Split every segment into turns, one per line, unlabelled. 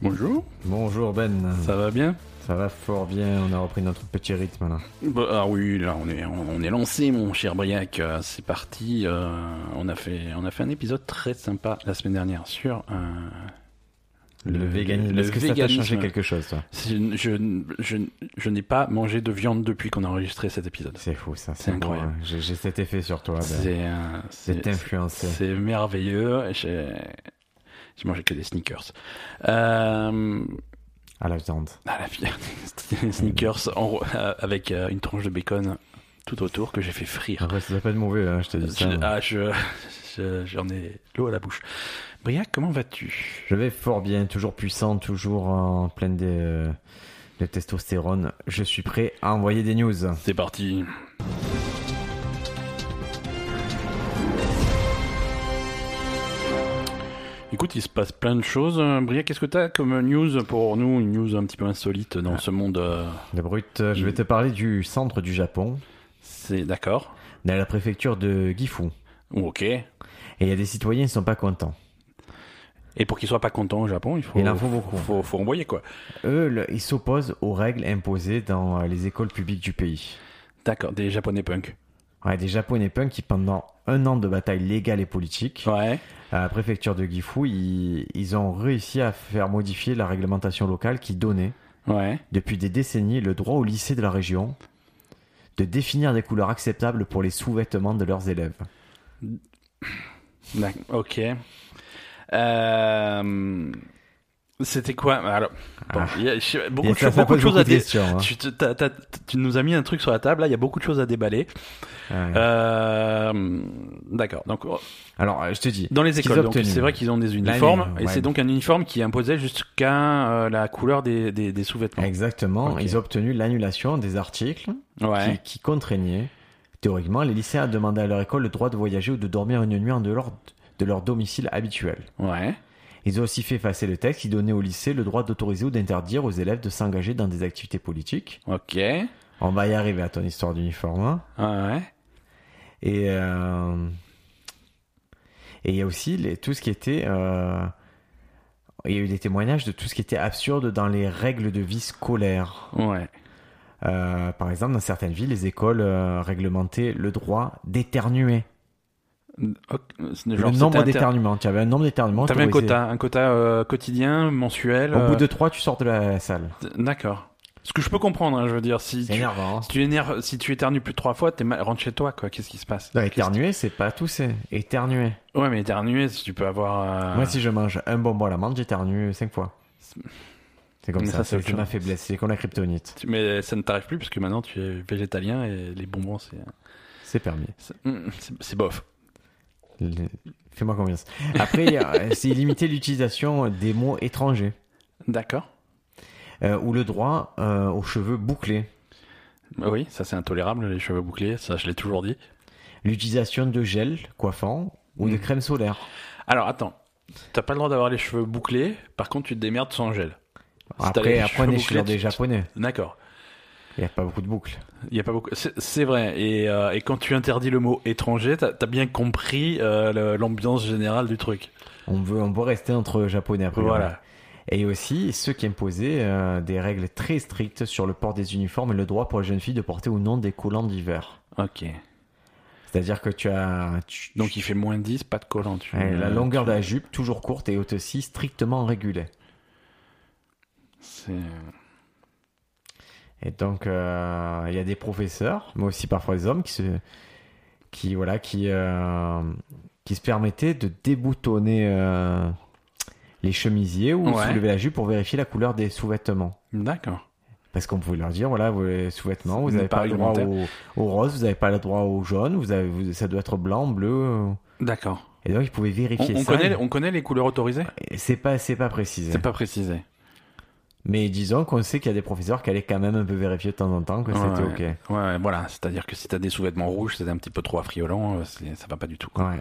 Bonjour,
Bonjour Ben,
ça va bien
ça va fort bien, on a repris notre petit rythme là.
Bah, Ah oui, là on est, on on est lancé mon cher Briac, Euh, c'est parti. euh, on, a fait, on a fait un épisode très sympa la semaine dernière sur... euh,
Le, véganisme,
le
est-ce que ça t'a changé
véganisme.
quelque chose toi
c'est une- Je, je, je n'ai pas mangé de viande depuis qu'on a enregistré cet épisode.
C'est fou ça,
C'est
bon,
incroyable.
hein. J'ai j'ai cet effet sur toi, Ben.
C'est euh,
C'est
c'est-
influencé.
c'est merveilleux. J'ai j'ai mangé que des sneakers. Euh,
À la viande.
Ah la viande, C'était des sneakers en ro- euh, avec euh, une tranche de bacon tout autour que j'ai fait frire.
Après, ça doit pas être mauvais, hein, je te dis ça.
Je- ah, je, je- j'en ai l'eau à la bouche. Briac, comment vas-tu
Je vais fort bien, toujours puissant, toujours en pleine de, de testostérone. Je suis prêt à envoyer des news.
C'est parti. Écoute, il se passe plein de choses. Euh, Briac, qu'est-ce que t'as comme news pour nous Une news un petit peu insolite dans ce monde. euh,
Le brut, euh, je vais te parler du centre du Japon,
C'est d'accord
dans la préfecture de Gifu.
Ok. Et
Et il y a des citoyens qui sont pas contents.
pour qu'ils soient pas contents au Japon, il faut,
Il en faut beaucoup.
faut, faut envoyer quoi.
Eux, le- ils s'opposent aux règles imposées dans euh, les écoles publiques du pays.
D'accord, des japonais punk.
Ouais, des Japonais punks qui, pendant un an de bataille légale et politique,
Ouais.
à la préfecture de Gifu, ils, ils ont réussi à faire modifier la réglementation locale qui donnait,
Ouais.
depuis des décennies, le droit au lycée de la région de définir des couleurs acceptables pour les sous-vêtements de leurs élèves.
D'ac- Ok. Euh, C'était quoi Alors, bon,
Ah.
il y a- je-
Et
beaucoup, de-
ça, ça
beaucoup de
pose
choses
beaucoup
à
de
dé-
questions. hein.
Tu, tu- t'as- t'as- tu nous as mis un truc sur la table, là, il y a beaucoup de choses à déballer.
Ouais.
Euh, D'accord. Donc, oh,
Alors, euh, je te dis,
dans les
qu'ils
écoles,
ont
donc,
obtenu.
c'est vrai qu'ils ont des uniformes,
L'année,
et
ouais.
c'est donc un uniforme qui imposait jusqu'à euh, la couleur des, des, des sous-vêtements.
exactement,
Ok.
ils ont obtenu l'annulation des articles
Ouais.
qui, qui contraignaient, théoriquement, les lycéens à demander à leur école le droit de voyager ou de dormir une nuit en dehors de leur domicile habituel.
Ouais.
Ils ont aussi fait passer le texte qui donnait au lycée le droit d'autoriser ou d'interdire aux élèves de s'engager dans des activités politiques.
Ok. Ouais.
On va y arriver à ton histoire d'uniforme. hein.
ouais.
Et euh, et il y a aussi les- tout ce qui était... euh, Il y a eu des témoignages de tout ce qui était absurde dans les règles de vie scolaire.
Ouais.
Euh, par exemple, dans certaines villes, les écoles euh, réglementaient le droit d'éternuer.
Ok, c'est-
Le
genre, c'était
nombre
inter-
d'éternuements. Tu avais un nombre d'éternuements.
T'avais un
autorisé.
quota, un quota euh, quotidien, mensuel.
Au bout
euh,
de trois, tu sors de la salle.
D'accord. Ce que je peux comprendre, hein, je veux dire, si
C'est
tu,
énervant. hein.
si tu énerves, si tu éternues plus de trois fois, t'es mal, rentre chez toi, quoi. Qu'est-ce qui se passe
Non, éternuer, c'est pas tousser. Éternuer.
Ouais, mais éternuer, si tu peux avoir. euh,
Moi, si je mange un bonbon à l'amande, j'éternue 5 fois. C'est comme
Mais ça,
ça,
c'est
c'est
autre
c'est ma
chose.
faiblesse, c'est comme la kryptonite.
tu- Mais ça ne t'arrive plus parce que maintenant tu es végétalien et les bonbons, c'est
C'est permis.
c'est- mm, c'est- c'est bof.
Le- Fais-moi confiance. Après, il y a- euh, c'est limiter l'utilisation des mots étrangers
D'accord.
euh, ou le droit euh, aux cheveux bouclés.
Bah Oui, ça c'est intolérable, les cheveux bouclés, ça je l'ai toujours dit.
L'utilisation de gel coiffant ou de
Mhm.
crème solaire.
Alors attends, t'as pas le droit d'avoir les cheveux bouclés, par contre tu te démerdes sans gel. Si t'as les
Après, après
cheveux
on est
bouclés,
sur des
tu-
japonais.
D'accord.
Il n'y a pas beaucoup de boucles.
Il y a pas beaucoup. C'est c'est vrai. Et, euh, et quand tu interdis le mot étranger, t'as as bien compris euh, le- l'ambiance générale du truc.
On veut, on veut rester entre japonais après.
Voilà.
Et aussi ceux qui imposaient euh, des règles très strictes sur le port des uniformes et le droit pour les jeunes filles de porter ou non des collants d'hiver.
Ok.
C'est-à-dire que tu as tu-
Donc il fait moins 10, pas de collant. Tu...
Ouais, la
euh,
longueur de la jupe, toujours courte et haute aussi, strictement régulée.
c'est-
Et donc, euh, il y a des professeurs, mais aussi parfois des hommes, qui se, qui, voilà, qui, euh, qui se permettaient de déboutonner euh, les chemisiers ou
Ouais.
soulever la jupe pour vérifier la couleur des sous-vêtements.
D'accord.
Parce qu'on pouvait leur dire, voilà, vos sous-vêtements, vous
Vous
n'avez
n'êtes pas
pas le droit au,
réglementaire.
au rose, vous n'avez pas le droit au jaune, vous avez, vous- ça doit être blanc, bleu. euh.
D'accord.
Et donc, ils pouvaient
On,
vérifier
on
ça.
connaît, on connaît les couleurs autorisées
Et C'est pas, c'est pas précisé.
C'est pas précisé.
Mais disons qu'on sait qu'il y a des professeurs qui allaient quand même un peu vérifier de temps en temps que c'était
Ouais,
ok.
Ouais, ouais, voilà. C'est-à-dire que si t'as des sous-vêtements rouges, c'est un petit peu trop affriolant, euh, c'est- ça va pas du tout. quoi.
Ouais.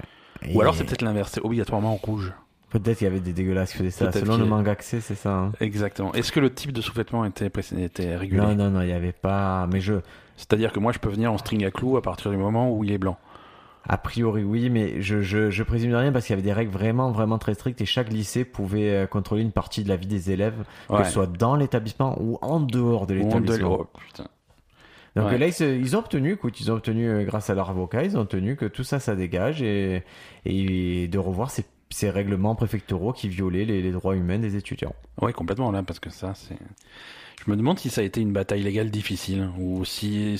Et
Ou alors c'est peut-être l'inverse, c'est obligatoirement rouge.
peut-être qu'il y avait des dégueulasses qui faisaient ça.
Peut-être
Selon
qu'il
le
y a-
manga que c'est, c'est ça. hein.
Exactement. Est-ce que le type de sous-vêtement était, précisé- était régulé
Non, non, non, il n'y avait pas. Mais je.
C'est-à-dire que moi je peux venir en string à clous à partir du moment où il est blanc.
A priori, oui, mais je, je, je présume de rien parce qu'il y avait des règles vraiment, vraiment très strictes et chaque lycée pouvait euh, contrôler une partie de la vie des élèves, que
Ouais.
ce soit dans l'établissement ou en dehors de
Ou en
l'établissement.
dehors, oh, putain.
Donc
Ouais.
là, ils, se- ils ont obtenu, écoute, ils ont obtenu, euh, grâce à leur avocat, ils ont obtenu que tout ça, ça dégage et, et de revoir ces, ces règlements préfectoraux qui violaient les, les droits humains des étudiants.
Ouais, complètement là, parce que ça, c'est. Je me demande si ça a été une bataille légale difficile hein, ou si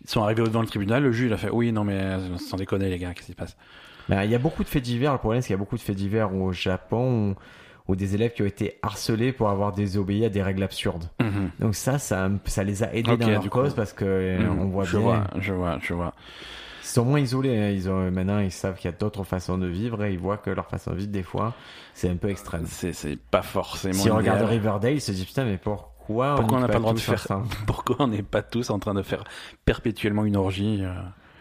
ils sont arrivés devant le tribunal, le juge il a fait oui, non mais euh, sans déconner les gars, qu'est-ce qui se passe
Ben, il y a beaucoup de faits divers, le problème, c'est qu'il y a beaucoup de faits divers au Japon où, où des élèves qui ont été harcelés pour avoir désobéi à des règles absurdes.
Mhm.
Donc ça, ça, ça les a aidés
Ok,
dans leur
du coup.
cause parce que euh,
Mhm.
on voit
je
bien.
vois, je vois, je vois.
Ils sont moins isolés. hein. Ils ont maintenant, ils savent qu'il y a d'autres façons de vivre et ils voient que leur façon de vivre des fois, c'est un peu extrême.
C'est c'est pas forcément.
Ah. Si on
idéal.
regarde Riverdale, ils se disent putain, mais pourquoi,
Pourquoi on n'a
peut
pas le droit de
tous
faire
faire ça
Pourquoi on n'est pas tous en train de faire perpétuellement une orgie euh,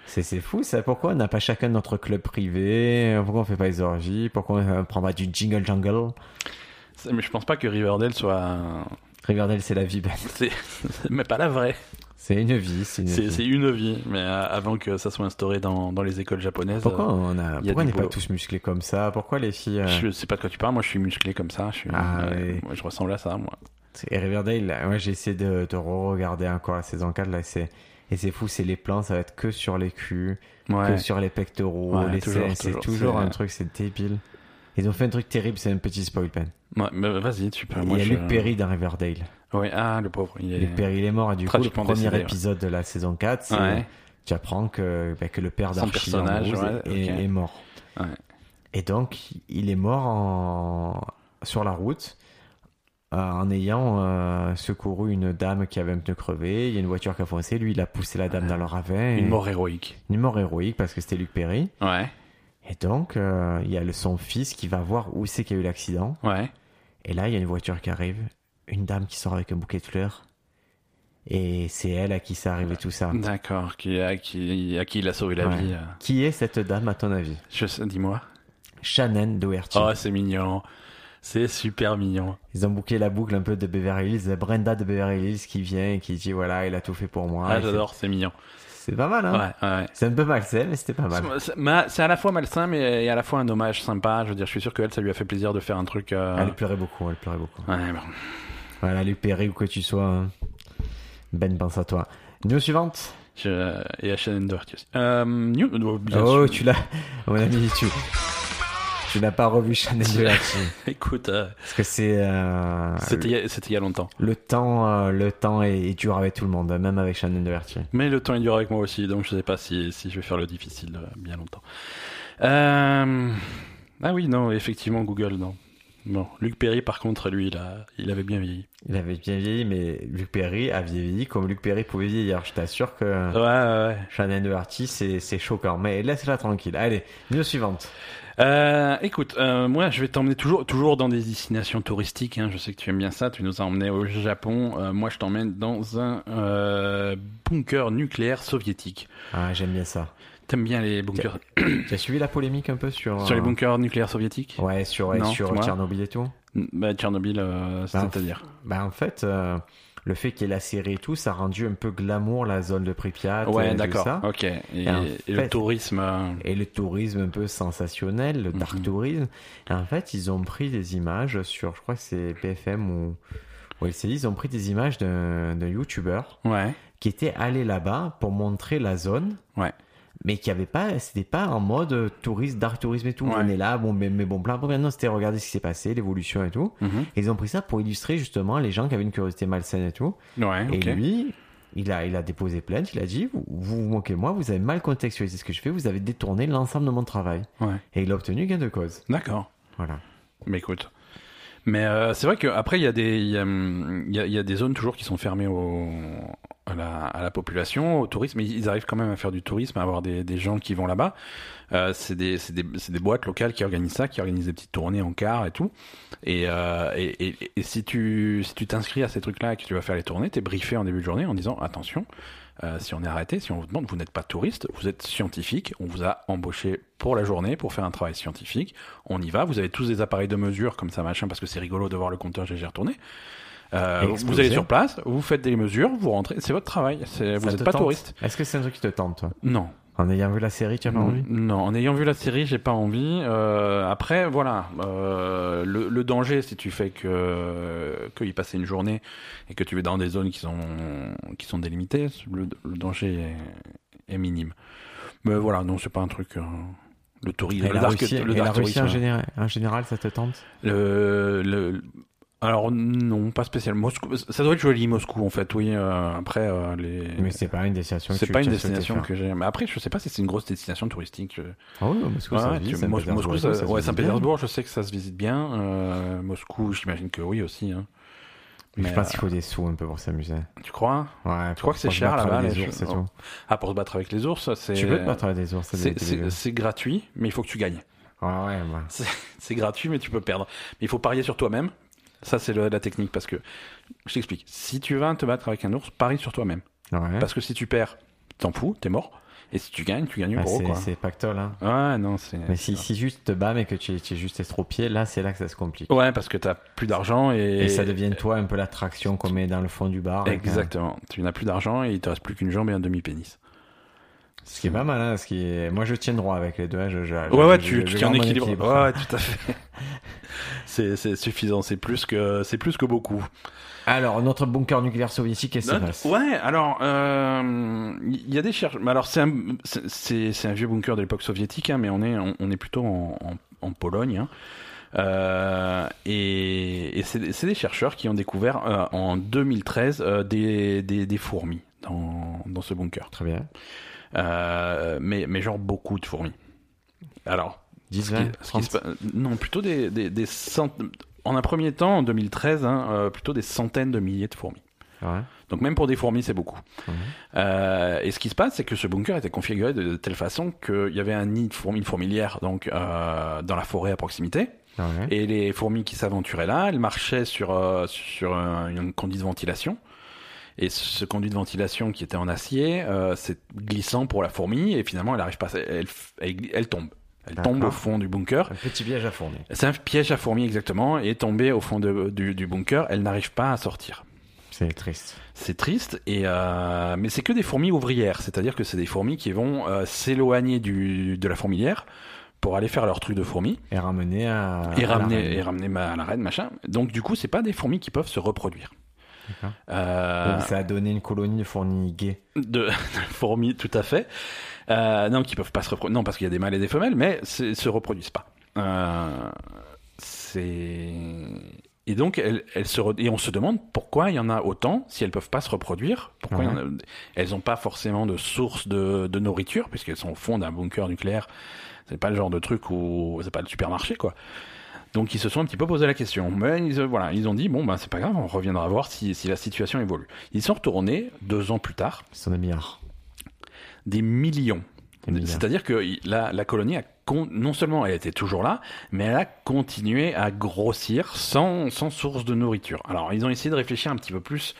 C'est c'est fou ça. Pourquoi on n'a pas chacun notre club privé Pourquoi on fait pas les orgies Pourquoi on euh, prend pas du jingle jungle
c'est- Mais je pense pas que Riverdale soit. un-
Riverdale, c'est la vie. ben.
C'est mais pas la vraie.
C'est une vie. C'est une
C'est
vie.
c'est une vie, mais euh, avant que ça soit instauré dans, dans les écoles japonaises.
Pourquoi
euh,
on a,
du
pourquoi on n'est pas
boulot.
tous musclés comme ça Pourquoi les filles euh,
Je sais pas de quoi tu parles, moi je suis musclé comme ça, je, suis,
Ah,
euh,
ouais.
moi, je ressemble à ça, moi.
Et Riverdale, là, ouais, j'ai essayé de, de re-regarder encore la saison 4, là, c'est, et c'est fou, c'est les plans, ça va être que sur les culs, que
Ouais.
sur les pectoraux,
Ouais,
les
toujours,
seins, c'est
toujours,
toujours
c'est-
un truc, c'est débile. Ils ont fait un truc terrible, c'est un petit spoil, Ben.
Ouais, mais vas-y, tu peux. moi,
il y a
je-
Luc Perry dans Riverdale.
Ouais, ah, le pauvre. Il est...
Luc Perry, il est mort, et du coup, le
Tragiquement
premier
décédé, ouais.
épisode de la saison 4, c'est-
Ouais.
tu apprends que, bah, que le père
Son
d'Archie en
personnage,
Rose
ouais,
est,
ok.
est mort.
Ouais.
Et donc, il est mort en... sur la route euh, en ayant euh, secouru une dame qui avait un pneu crevé. Il y a une voiture qui a foncé. Lui, il a poussé la dame dans le ravin. et-
Une mort héroïque.
Une mort héroïque parce que c'était Luc Perry.
Ouais,
Et donc, euh, il y a le, son fils qui va voir où c'est qu'il y a eu l'accident.
ouais.
Et là, il y a une voiture qui arrive. Une dame qui sort avec un bouquet de fleurs. Et c'est elle à qui c'est arrivé tout ça.
D'accord, qui, à, qui, à qui il a sauvé la
Ah. Ouais.
vie. euh,
Qui est cette dame à ton avis
Je sais, dis-moi.
Shannon Doherty.
Oh, c'est mignon. C'est super mignon.
Ils ont bouclé la boucle un peu de Beverly Hills, Brenda de Beverly Hills qui vient et qui dit voilà, il a tout fait pour moi.
Ah,
Et
j'adore, c'est mignon.
C'est c'est pas mal, hein
Ouais, ouais.
C'est un peu malsain, mais c'était pas mal.
C'est- C'est ma- c'est à la fois malsain, mais et à la fois un hommage sympa. Je veux dire, je suis sûr qu'elle, ça lui a fait plaisir de faire un truc. euh,
Elle pleurait beaucoup, elle pleurait beaucoup.
Ouais, bon.
Voilà, Luc Perry, où que tu sois, hein. Ben pense à toi. News suivante
Je- Et à Shannon Doherty aussi. Euh, New... oh, bien
Oh,
sûr.
tu l'as. Mon ami, tu. Tu n'as pas revu Shannon
Tu-
Doherty.
Écoute, euh,
Parce que c'est. euh,
c'était il y a- c'était il y a longtemps.
Le temps, euh, le temps est, est dur avec tout le monde, hein, même avec Shannon Doherty.
Mais le temps est dur avec moi aussi, donc je sais pas si, si je vais faire le difficile euh, bien longtemps. Euh, Ah oui, non, effectivement, Google, non. Bon, Luc Perry, par contre, lui, il, a- il avait bien vieilli.
Il avait bien vieilli, mais Luc Perry a vieilli comme Luc Perry pouvait vieillir. Je t'assure que.
Ouais, ouais, ouais.
Shannon Doherty, c'est c'est choquant. Mais laisse-la tranquille. Allez, news suivante.
Euh, écoute, euh, moi, je vais t'emmener toujours, toujours dans des destinations touristiques. hein. Je sais que tu aimes bien ça. Tu nous as emmené au Japon. Euh, moi, je t'emmène dans un euh, bunker nucléaire soviétique.
Ah, j'aime bien ça.
T'aimes bien les bunkers
Tu as suivi la polémique un peu sur.
sur les
euh,
bunkers nucléaires soviétiques
Ouais, sur, ouais,
Non,
sur
moi.
Tchernobyl et tout.
Bah, Tchernobyl, euh, c'est-à-dire.
Bah, en fait, euh, le fait qu'il y ait la série et tout, ça a rendu un peu glamour la zone de Pripyat. euh, et
Ouais,
tout
d'accord.
Ah, ça.
Ok. Et,
Et en
et le
fait-
tourisme. euh,
Et le tourisme un peu sensationnel, le dark
Mhm.
tourisme. Et en fait, ils ont pris des images sur, je crois que c'est PFM ou, ou LCI, ils ont pris des images d'un d'un youtubeur
Ouais.
qui était allé là-bas pour montrer la zone.
Ouais.
Mais qui avait pas, c'était pas en mode euh, touriste, dark tourisme et tout.
Ouais.
On est là, bon, mais, mais bon, plein, plein. Non, c'était regarder ce qui s'est passé, l'évolution et tout.
Mhm.
Et ils ont pris ça pour illustrer justement les gens qui avaient une curiosité malsaine et tout.
Ouais. ok.
Et lui, il a, il a déposé plainte, il a dit, vous vous, vous moquez de moi, vous avez mal contextualisé ce que je fais, vous avez détourné l'ensemble de mon travail.
Ouais.
Et il a obtenu gain de cause.
D'accord.
Voilà.
Mais écoute. Mais euh, c'est vrai qu'après, il y, a des- il y, a, hum, il y a- il y a des zones toujours qui sont fermées au, à, la, à la population, au tourisme. mais Ils arrivent quand même à faire du tourisme, à avoir des, des gens qui vont là-bas. Euh, c'est des, c'est des, c'est des boîtes locales qui organisent ça, qui organisent des petites tournées en car et tout. Et, euh, et, et- et si tu si tu t'inscris à ces trucs-là et que tu vas faire les tournées, t'es briefé en début de journée en disant attention, euh, si on est arrêté, si on vous demande, vous n'êtes pas touriste, vous êtes scientifique, on vous a embauché pour la journée pour faire un travail scientifique, on y va, vous avez tous des appareils de mesure comme ça machin parce que c'est rigolo de voir le compteur GG retourner. Euh,
Exploser.
vous allez sur place, vous faites des mesures, vous rentrez, c'est votre travail, c'est- vous
Ça
n'êtes
te
pas
tente
touriste.
Est-ce que c'est un truc qui te tente, toi
Non,
En ayant vu la série,
Mm.
tu as pas envie
Non, en ayant vu la série, j'ai pas envie. Euh, après, voilà, euh, le, le danger, si tu fais que que y passer une journée et que tu vas dans des zones qui sont qui sont délimitées, le, le danger est, est minime. Mais voilà, non, c'est pas un truc. euh, le tourisme,
Et
le
la
dark,
Russie,
le
et la
dark
Russie
tourisme.
en, général, en général, ça te tente
Le, le- alors non, pas spécialement. Moscou, ça doit être joli Moscou en fait. Oui, euh, après euh, les.
Mais c'est pas une destination. que
C'est
tu-
pas
tu
une
as souhaité
destination
faire.
que j'ai. Mais après, je sais pas si c'est une grosse destination touristique. Je-
Ah oui, Moscou,
Ouais,
ça
ouais,
se
tu-
visite,
Mos-
Saint-Pétersbourg
Moscou,
et
ça-
tout, ça se
ouais,
visite bien.
Saint-Pétersbourg, je sais que ça se visite bien. Euh, Moscou, j'imagine que oui aussi. hein.
Mais
Mais,
je pense qu'il faut des sous un peu pour s'amuser.
Tu crois
Ouais,
crois que c'est cher, là-bas, les
les ours,
choses
c'est tout.
Ah, pour se battre avec les ours, c'est.
Tu peux te battre avec des ours, c'est
c'est-
des-
c'est-
des-
C'est gratuit, mais il faut que tu gagnes.
Ouais, ouais, ouais.
C'est gratuit, mais tu peux perdre. Mais il faut parier sur toi-même. Ça, c'est le- la technique parce que je t'explique. Si tu vas te battre avec un ours, parie sur toi-même.
Ouais.
Parce que si tu perds, t'en fous, t'es mort. Et si tu gagnes, tu gagnes
Ah,
gros,
c'est-
quoi.
C'est pactole, hein.
Ouais, non, c'est.
Mais si, si juste te bats mais que tu es, tu es juste estropié, là c'est là que ça se complique.
Ouais, parce que t'as plus d'argent et.
Et, ça devient toi un peu l'attraction qu'on met dans le fond du bar. avec un-
Exactement. Tu n'as plus d'argent et il te reste plus qu'une jambe et un demi-pénis.
Ce qui est pas mal, hein, ce qui est... moi je tiens droit avec les deux. hein, je- je-
Ouais, ouais,
je-
tu,
je-
tu
je
tiens en
garde mon
équilibre. Ouais, tout à fait. c'est, c'est suffisant. C'est plus que, c'est plus que beaucoup.
Alors, notre bunker nucléaire soviétique, qu'est-ce qui se passe
Ouais, alors, euh, il y a des chercheurs. mais Alors, c'est un, c'est- c'est, c'est un vieux bunker de l'époque soviétique, hein, mais on est, on, on est plutôt en, en- en Pologne. hein. Euh, et et c'est, c'est des chercheurs qui ont découvert euh, en 2013 euh, des, des, des fourmis dans, dans ce bunker.
Très bien.
Euh, mais, mais genre beaucoup de fourmis. Alors,
10,
ce qui-
20,
ce qui se pa- non, plutôt des, des, des cent- En un premier temps, en 2013, hein, euh, plutôt des centaines de milliers de fourmis.
Ouais.
Donc même pour des fourmis, c'est beaucoup.
Mhm.
Euh, et ce qui se passe, c'est que ce bunker était configuré de, de telle façon qu'il y avait un nid de fourmis, une fourmilière, donc euh, dans la forêt à proximité.
ouais.
Et les fourmis qui s'aventuraient là, elles marchaient sur, euh, sur un, une conduite de ventilation. Et ce conduit de ventilation qui était en acier, euh, c'est glissant pour la fourmi et finalement elle arrive pas, à- elle, elle, elle tombe. Elle tombe
D'accord.
au fond du bunker.
Un petit piège à fournir.
C'est un piège à fourmis exactement et tombée au fond de- du, du bunker, elle n'arrive pas à sortir.
C'est triste.
C'est triste, et euh, mais c'est que des fourmis ouvrières, c'est-à-dire que c'est des fourmis qui vont euh, s'éloigner du- de la fourmilière pour aller faire leur truc de fourmi
Et ramener à.
et
euh, à la
ramener,
reine.
et ramener ma- la reine, machin. Donc du coup, c'est pas des fourmis qui peuvent se reproduire.
D'accord.
Euh,
Donc, ça a donné une colonie de fourmis gays.
de, de fourmis, tout à fait. Euh, non, qui peuvent pas se reproduire. Non, parce qu'il y a des mâles et des femelles, mais c'est- se reproduisent pas. Euh, c'est et donc elles, elles se re- et on se demande pourquoi il y en a autant si elles peuvent pas se reproduire. Pourquoi il y en a- elles n'ont pas forcément de source de, de nourriture puisqu'elles sont au fond d'un bunker nucléaire. C'est pas le genre de truc où c'est pas le supermarché quoi. Donc ils se sont un petit peu posé la question. Mais ils, euh, voilà, ils ont dit bon ben c'est pas grave, on reviendra voir si, si la situation évolue. Ils sont retournés deux ans plus tard
Son ami art.
des millions.
Des milliards.
C'est-à-dire que il- la, la colonie, a con- non seulement elle était toujours là, mais elle a continué à grossir sans, sans source de nourriture. Alors ils ont essayé de réfléchir un petit peu plus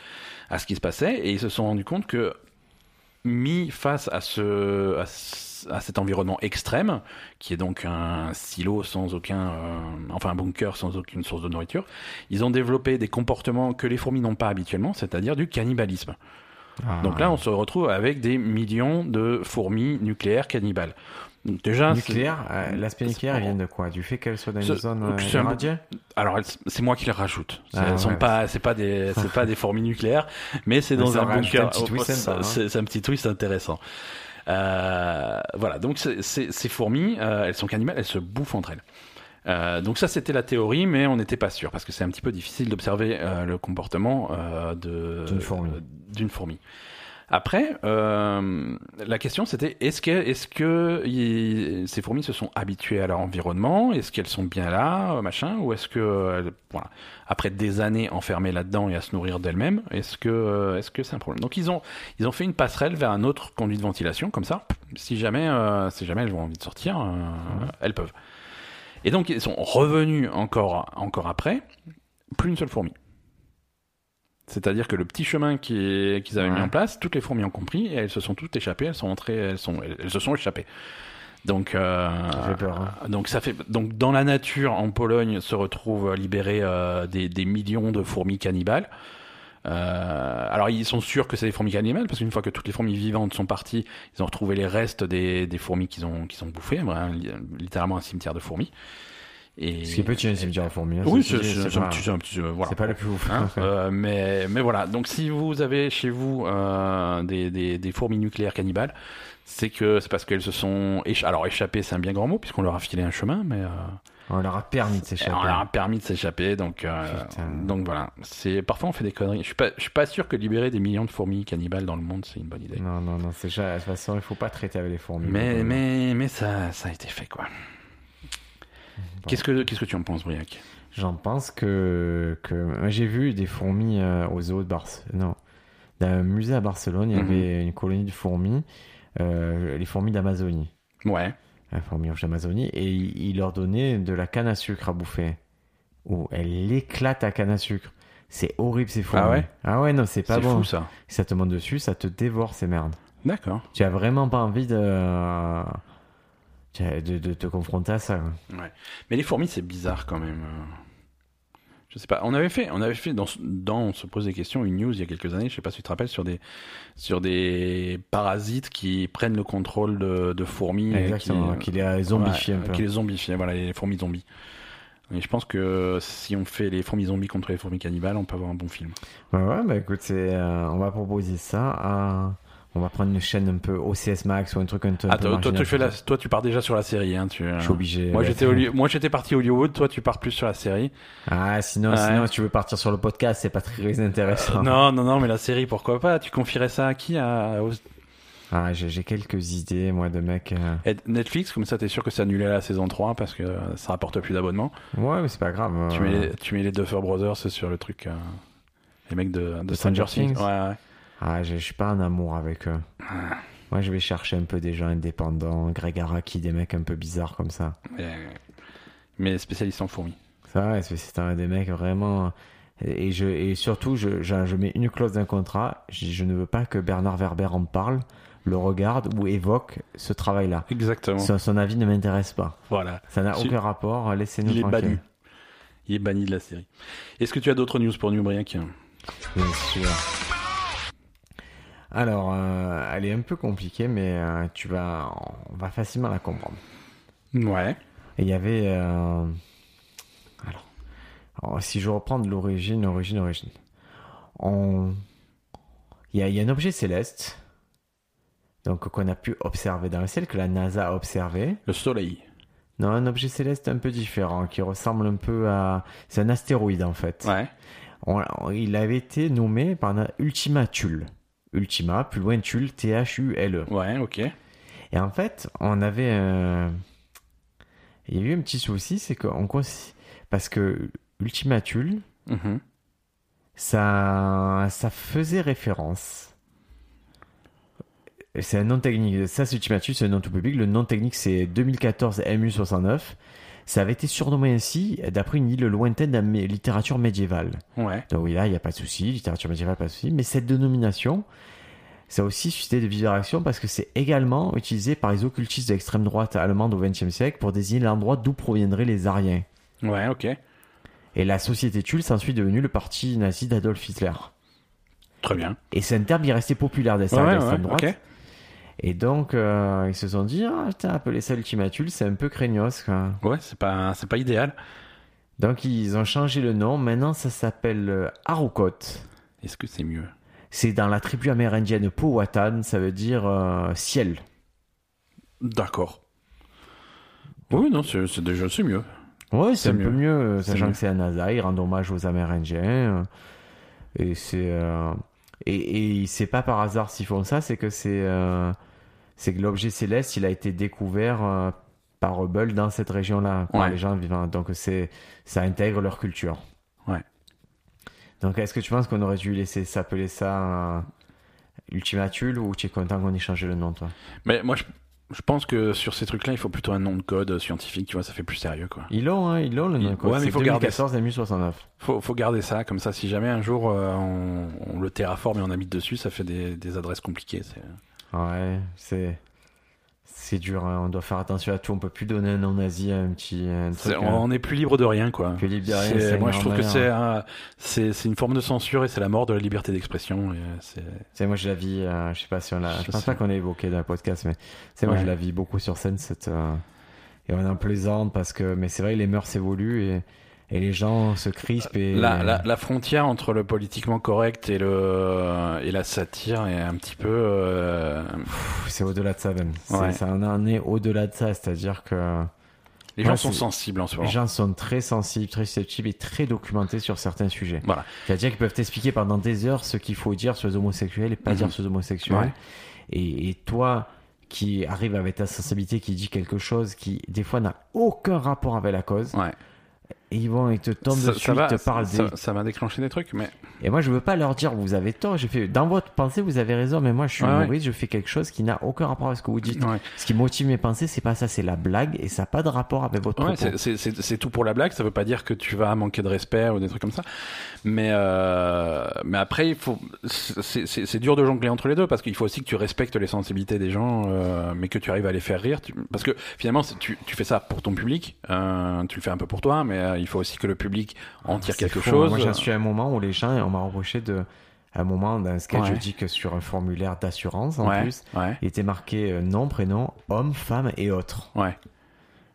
à ce qui se passait et ils se sont rendus compte que mis face à, ce, à, ce- à cet environnement extrême, qui est donc un silo sans aucun, euh, enfin un bunker sans aucune source de nourriture, ils ont développé des comportements que les fourmis n'ont pas habituellement, c'est-à-dire du cannibalisme.
Ah,
Donc là, on se retrouve avec des millions de fourmis nucléaires cannibales. Donc déjà, c'est-
Nucléaire, euh, l'aspect
c'est-
nucléaire il vient de quoi Du fait qu'elle soit dans une
Ce-
zone euh,
que c'est un-
irradiée
alors elles- c'est moi qui les rajoute.
Ah,
elles sont
ouais.
pas, c'est pas des, c'est pas des fourmis nucléaires, mais c'est
Mais
dans
ça
un
rajoute
bunker.
un petit twist
Oh,
sympa, hein.
c'est c'est un petit twist intéressant. Euh, voilà, donc c'est- c'est- ces fourmis, euh, elles sont cannibales, elles se bouffent entre elles. Euh, donc ça c'était la théorie, mais on n'était pas sûr parce que c'est un petit peu difficile d'observer euh, le comportement euh, de
D'une fourmi.
euh, d'une fourmi. Après, euh, la question c'était est-ce que, est-ce que y- ces fourmis se sont habituées à leur environnement Est-ce qu'elles sont bien là, euh, machin Ou est-ce que, euh, elles- voilà, après des années enfermées là-dedans et à se nourrir d'elles-mêmes, est-ce que, euh, est-ce que c'est un problème Donc ils ont, ils ont fait une passerelle vers un autre conduit de ventilation, comme ça. Si jamais, euh, si jamais elles ont envie de sortir, euh, elles peuvent. Et donc ils sont revenus encore, encore après, plus une seule fourmi. C'est-à-dire que le petit chemin qui est- qu'ils avaient
Ouais.
mis en place, toutes les fourmis ont compris et elles se sont toutes échappées, elles sont entrées, elles, sont, elles, elles se sont échappées. Donc, euh,
Ça fait peur, hein.
donc ça fait donc dans la nature en Pologne se retrouvent libérés euh, des, des millions de fourmis cannibales. Euh, alors ils sont sûrs que c'est des fourmis animales parce qu'une fois que toutes les fourmis vivantes sont parties, ils ont retrouvé les restes des, des fourmis qu'ils ont, qu'ils ont bouffées, voilà, littéralement un cimetière de fourmis.
Et... Ce qui est petit, un cimetière à fourmis. hein.
Oui,
Ça,
c'est
c'est-
c'est
c'est
un
pas-
petit, un petit- euh, voilà.
C'est pas le plus ouf.
Hein, euh, mais, mais voilà, donc si vous avez chez vous euh, des, des, des fourmis nucléaires cannibales, c'est que c'est parce qu'elles se sont écha- alors échappées, c'est un bien grand mot puisqu'on leur a filé un chemin, mais euh,
On leur a permis de s'échapper.
on leur a permis de s'échapper, donc euh,
Putain.
donc voilà. C'est parfois on fait des conneries. Je suis pas je suis pas sûr que libérer des millions de fourmis cannibales dans le monde c'est une bonne idée.
Non, non, non, c'est déjà. De toute façon, il faut pas traiter avec les Euh, fourmis.
Mais mais mais ça ça a été fait quoi.
Mm.
Qu'est-ce que qu'est-ce que tu en penses, Briac
J'en pense que, que moi, j'ai vu des fourmis euh, au zoo de Barcelone. Non, dans un musée à Barcelone, il y
Mhm.
avait une colonie de fourmis, euh, les fourmis d'Amazonie,
Ouais.
les fourmis rouges d'Amazonie, et il, il leur donnait de la canne à sucre à bouffer. Oh, elle éclate à canne à sucre. C'est horrible ces fourmis.
Ah ouais
Ah ouais, non, c'est pas
C'est
bon.
fou ça.
Ça te monte dessus, ça te dévore ces merdes.
D'accord.
Tu as vraiment pas envie de, euh, de, de te confronter à ça. quoi.
Mais les fourmis, c'est bizarre quand même. Euh, Je sais pas. On avait fait, on avait fait dans, ce- dans on se pose des questions une news il y a quelques années. Je sais pas si tu te rappelles sur des sur des parasites qui prennent le contrôle de, de fourmis, et
Exactement,
qui,
qu'il est euh, zombifié
Ouais,
un peu.
qui les zombifient. Voilà, les fourmis zombies. Et je pense que si on fait les fourmis zombies contre les fourmis cannibales, on peut avoir un bon film.
Ouais, ouais, bah écoute, c'est, euh, on va proposer ça à. On va prendre une chaîne un peu OCS Max ou un truc un, peu- un
Ah,
peu.
toi, toi,
marginal.
tu fais la- toi, tu pars déjà sur la série. Hein, tu, euh,
Je suis obligé.
moi,
ouais.
j'étais Holly- moi, j'étais parti Hollywood. Toi, tu pars plus sur la série.
Ah, sinon,
Ouais.
sinon, si tu veux partir sur le podcast, c'est pas très intéressant.
Non, non, non, mais la série, pourquoi pas Tu confierais ça à qui à, aux-
Ah, j'ai, j'ai quelques idées, moi, de mecs. euh.
Et Netflix, comme ça, t'es sûr que c'est annulé la saison 3 parce que euh, ça rapporte plus d'abonnements.
Ouais, mais c'est pas grave. euh.
Tu, mets, tu mets les Duffer Brothers sur le truc. euh, les mecs de, de
De
Stranger
Stranger
Things.
Things.
Ouais, ouais.
Ah, je je suis pas en amour avec eux.
Ah.
Moi, je vais chercher un peu des gens indépendants, Greg Araki, des mecs un peu bizarres comme ça.
Mais, mais spécialiste en fourmis.
Ça, ouais, c'est- c'est un des mecs vraiment. Et, je, et surtout, je, je, je mets une clause d'un contrat. Je, je ne veux pas que Bernard Werber en parle, le regarde ou évoque ce travail-là.
Exactement.
Son, son avis ne m'intéresse pas.
Voilà.
Ça n'a
Si-
aucun rapport. Laissez-nous
Il est
tranquille.
banni. Il est banni de la série. Est-ce que tu as d'autres news pour nous, Briac
Bien sûr. Alors, euh, elle est un peu compliquée, mais euh, tu vas, on va facilement la comprendre.
Ouais.
Et il y avait. euh, Alors, alors, si je reprends de l'origine, origine, origine. On... Il, y a, il y a un objet céleste donc qu'on a pu observer dans le ciel, que la NASA a observé.
Le soleil.
Non, un objet céleste un peu différent, qui ressemble un peu à... C'est un astéroïde en fait.
Ouais.
On- on- il avait été nommé par la Ultima Thule. Ultima, plus loin Thule, T-H-U-L-E.
Ouais, ok.
Et en fait, on avait. euh, Il y a eu un petit souci, c'est qu'on. consi- Parce que Ultima Thule,
Mhm.
ça, ça faisait référence. C'est un nom technique. Ça, c'est Ultima Thule, c'est un nom tout public. Le nom technique, c'est 2014 MU69. Ça avait été surnommé ainsi d'après une île lointaine de la mé- littérature médiévale.
Ouais.
Donc oui, là, il n'y a pas de souci, littérature médiévale, pas de souci. Mais cette dénomination, ça a aussi suscité de vives réactions parce que c'est également utilisé par les occultistes de l'extrême droite allemande au XXe siècle pour désigner l'endroit d'où proviendraient les Ariens.
Ouais, ok.
Et la société Tulle s'est ensuite devenue le parti nazi d'Adolf Hitler.
Très bien.
Et c'est un terme qui est resté populaire des
Ouais,
Ariens
ouais,
d'extrême droite.
ok.
Et donc, euh, ils se sont dit, ah, putain, appeler ça Ultima Thule, c'est un peu craignos, quoi.
Ouais, c'est pas, c'est pas idéal.
Donc, ils ont changé le nom. Maintenant, ça s'appelle euh, Arukot.
Est-ce que c'est mieux
C'est dans la tribu amérindienne Powhatan, ça veut dire euh, ciel.
D'accord. Oui, non, c'est c'est déjà c'est mieux.
Ouais, c'est
C'est
un peu mieux, euh,
C'est
sachant
mieux.
que c'est à NASA, ils rendent hommage aux Amérindiens. euh, Et c'est. euh, et et c'est pas par hasard s'ils font ça, c'est que c'est. euh, c'est que l'objet céleste, il a été découvert euh, par Hubble dans cette région-là, par
Ouais.
les gens vivants. Donc c'est, ça intègre leur culture.
Ouais.
Donc est-ce que tu penses qu'on aurait dû laisser s'appeler ça euh, Ultima Thule ou tu es content qu'on ait changé le nom, toi
Mais moi, je, je pense que sur ces trucs-là, il faut plutôt un nom de code scientifique, tu vois, ça fait plus sérieux, quoi.
Ils l'ont, hein, ils l'ont le nom.
Ils-
quoi.
ouais, mais
C'est
faut garder
2014 à 1069.
Faut, faut garder ça, comme ça, si jamais un jour euh, on, on le terraforme et on habite dessus, ça fait des, des adresses compliquées. c'est-
Ouais, c'est. c'est- c'est dur, hein, on doit faire attention à tout, on peut plus donner un nom nazi à un petit. un
C'est-
truc, hein.
euh, on n'est plus libre de rien, quoi.
Plus libre de rien,
C'est-
c'est
moi, je trouve que
normal, hein.
c'est un- c'est c'est une forme de censure et c'est la mort de la liberté d'expression. et, euh, c'est-
C'est moi je la vis, euh, je sais pas si on l'a, je
Je
pense
sais.
pas qu'on l'ait évoqué dans le podcast, mais c'est moi
Ouais.
je la vis beaucoup sur scène cette euh, et on en plaisante parce que, mais c'est vrai les mœurs évoluent et, et les gens se crispent et
La, la- la frontière entre le politiquement correct et le euh, et la satire est un petit peu. euh,
Pff, c'est au-delà de ça même. C'est-
Ouais.
Ça en en est au-delà de ça, c'est-à-dire que
les
Ouais,
gens sont
c'est-
sensibles en ce
les
moment.
gens sont très sensibles, très susceptibles et très documentés sur certains sujets.
Voilà.
C'est-à-dire qu'ils peuvent t'expliquer pendant des heures ce qu'il faut dire sur les homosexuels et pas
Mhm.
dire sur les homosexuels.
Ouais.
Et, et toi, qui arrive avec ta sensibilité, qui dit quelque chose qui, des fois, n'a aucun rapport avec la cause,
Ouais.
et ils vont, ils te tombent
Ça,
dessus,
ça va,
ils te parlent.
ça-
des-
ça m'a déclenché des trucs, mais
Et moi, je veux pas leur dire, vous avez tort. J'ai fait, dans votre pensée, vous avez raison, mais moi, je suis
Ouais, ouais.
humoriste, je fais quelque chose qui n'a aucun rapport avec ce que vous dites.
ouais.
Ce qui motive mes pensées, c'est pas ça, c'est la blague, et ça n'a pas de rapport avec votre
Ouais, c'est-
propos.
c'est- c'est c'est tout pour la blague. Ça veut pas dire que tu vas manquer de respect ou des trucs comme ça. Mais euh, mais après, il faut c'est c'est- c'est dur de jongler entre les deux parce qu'il faut aussi que tu respectes les sensibilités des gens, euh, mais que tu arrives à les faire rire. Tu- parce que finalement, c'est- tu, tu fais ça pour ton public. euh, tu le fais un peu pour toi, mais euh, il faut aussi que le public en tire
C'est
quelque
fou, hein.
chose. euh,
Moi, j'en suis à un moment où les gens, on m'a reproché de, à un moment, d'un sketch,
Ouais.
je dis que sur un formulaire d'assurance, en
ouais,
plus,
ouais,
il était marqué euh, nom, prénom, homme, femme et autre.
ouais,